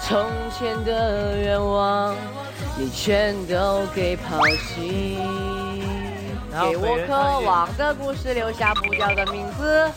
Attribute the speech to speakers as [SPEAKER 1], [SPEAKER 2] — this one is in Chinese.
[SPEAKER 1] 从前的愿望，你全都给抛弃。
[SPEAKER 2] 然后
[SPEAKER 1] 给我
[SPEAKER 2] 北原
[SPEAKER 1] 渴望的故事留下不掉的名字，